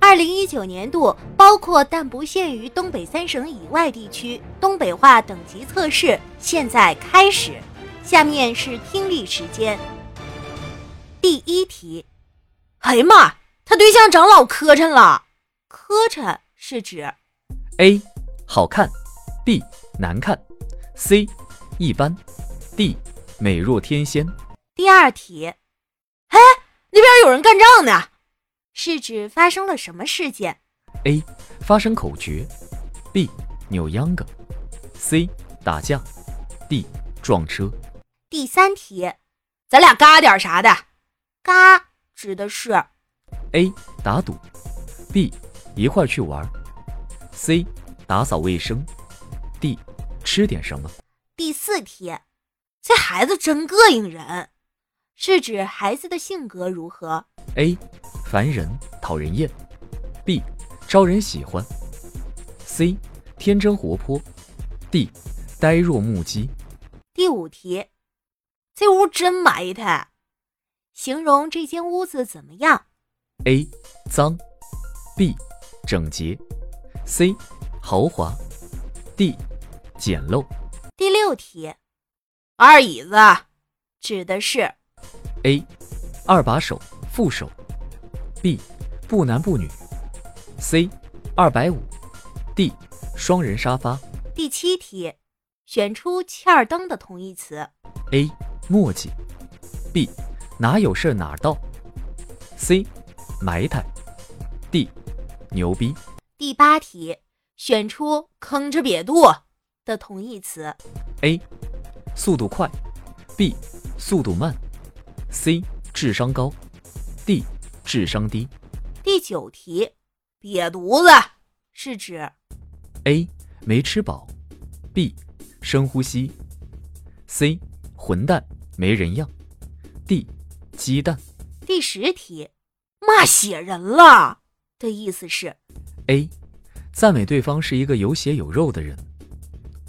二零一九年度，包括但不限于东北三省以外地区东北话等级测试现在开始。下面是听力时间。第一题，哎呀妈，他对象长老磕碜了。磕碜是指 A 好看，B 难看，C 一般，D 美若天仙。第二题，哎，那边有人干仗呢。是指发生了什么事件 A 发生口角，B 扭秧歌，C 打架，D 撞车。第三题，咱俩嘎点啥的。嘎指的是 A 打赌，B 一块儿去玩，C 打扫卫生，D 吃点什么。第四题，这孩子真膈应人。是指孩子的性格如何 A 烦人讨人厌，B 招人喜欢，C 天真活泼，D 呆若木鸡。第五题，这屋真埋汰。形容这间屋子怎么样 A 脏，B 整洁，C 豪华，D 简陋。第六题，二椅子指的是 A 二把手副手。B 不男不女，C 二百五，D 双人沙发。第七题，选出“欠儿登”的同义词。 A 墨迹，B 哪有事儿哪儿到，C 埋汰，D 牛逼。第八题，选出“吭哧瘪肚”的同义词。 A 速度快，B 速度慢，C 智商高，D。智商低。第九题，瘪犊子是指 A 没吃饱，B 深呼吸，C 混蛋没人样，D 鸡蛋。第十题，骂血人了的意思是 A 赞美对方是一个有血有肉的人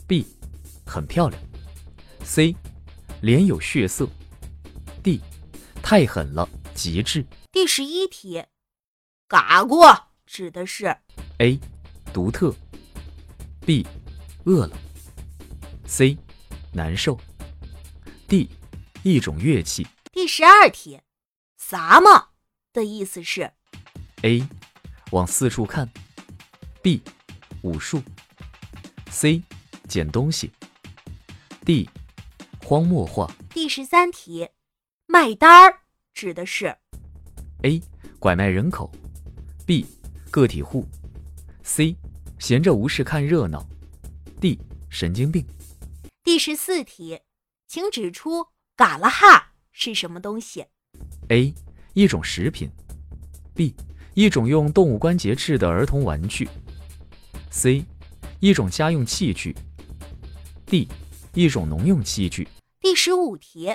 ，B 很漂亮，C 脸有血色，D 太狠了极致。第十一题，嘎过指的是 A 独特，B 饿了，C 难受，D 一种乐器。第十二题，撒么的意思是 A 往四处看，B 武术，C 捡东西，D 荒漠化。第十三题，卖单儿指的是。 A 拐卖人口，B 个体户，C 闲着无事看热闹，D 神经病。第十四题，请指出“嘎啦哈”是什么东西。 A 一种食品，B 一种用动物关节制的儿童玩具，C 一种家用器具，D 一种农用器具。第十五题，“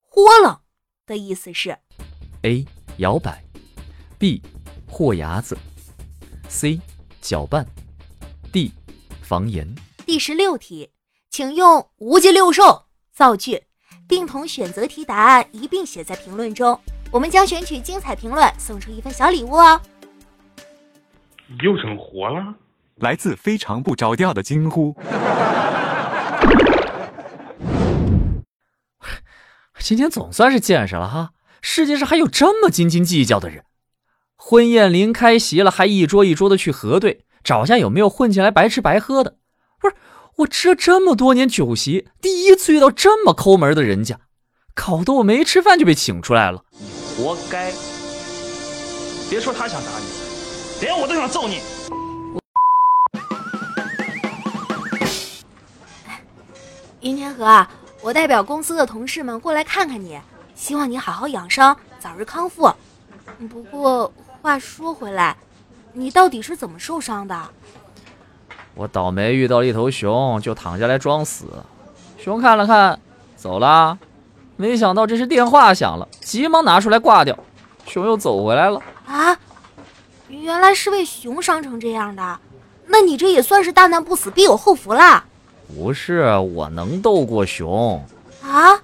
豁楞”的意思是 A。摇摆，B 豁牙子，C 搅拌，D 房檐。第十六题，请用无鸡六兽造句，并同选择题答案一并写在评论中，我们将选取精彩评论送出一份小礼物哦。又整活了！来自非常不着调的惊呼。今天总算是见识了哈。世界上还有这么斤斤计较的人！婚宴临开席了，还一桌一桌的去核对，找下有没有混进来白吃白喝的。不是我这这么多年酒席，第一次遇到这么抠门的人家，搞得我没吃饭就被请出来了。你活该！别说他想打你，连我都想揍你。云天河啊，我代表公司的同事们过来看看你。希望你好好养伤，早日康复。不过话说回来，你到底是怎么受伤的？我倒霉遇到了一头熊，就躺下来装死。熊看了看，走了。没想到这是电话响了，急忙拿出来挂掉。熊又走回来了。啊，原来是被熊伤成这样的。那你这也算是大难不死，必有后福啦。不是，我能斗过熊。啊？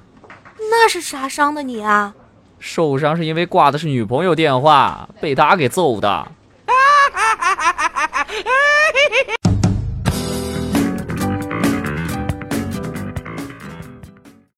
那是啥伤的你啊？受伤是因为挂的是女朋友电话，被他给揍的。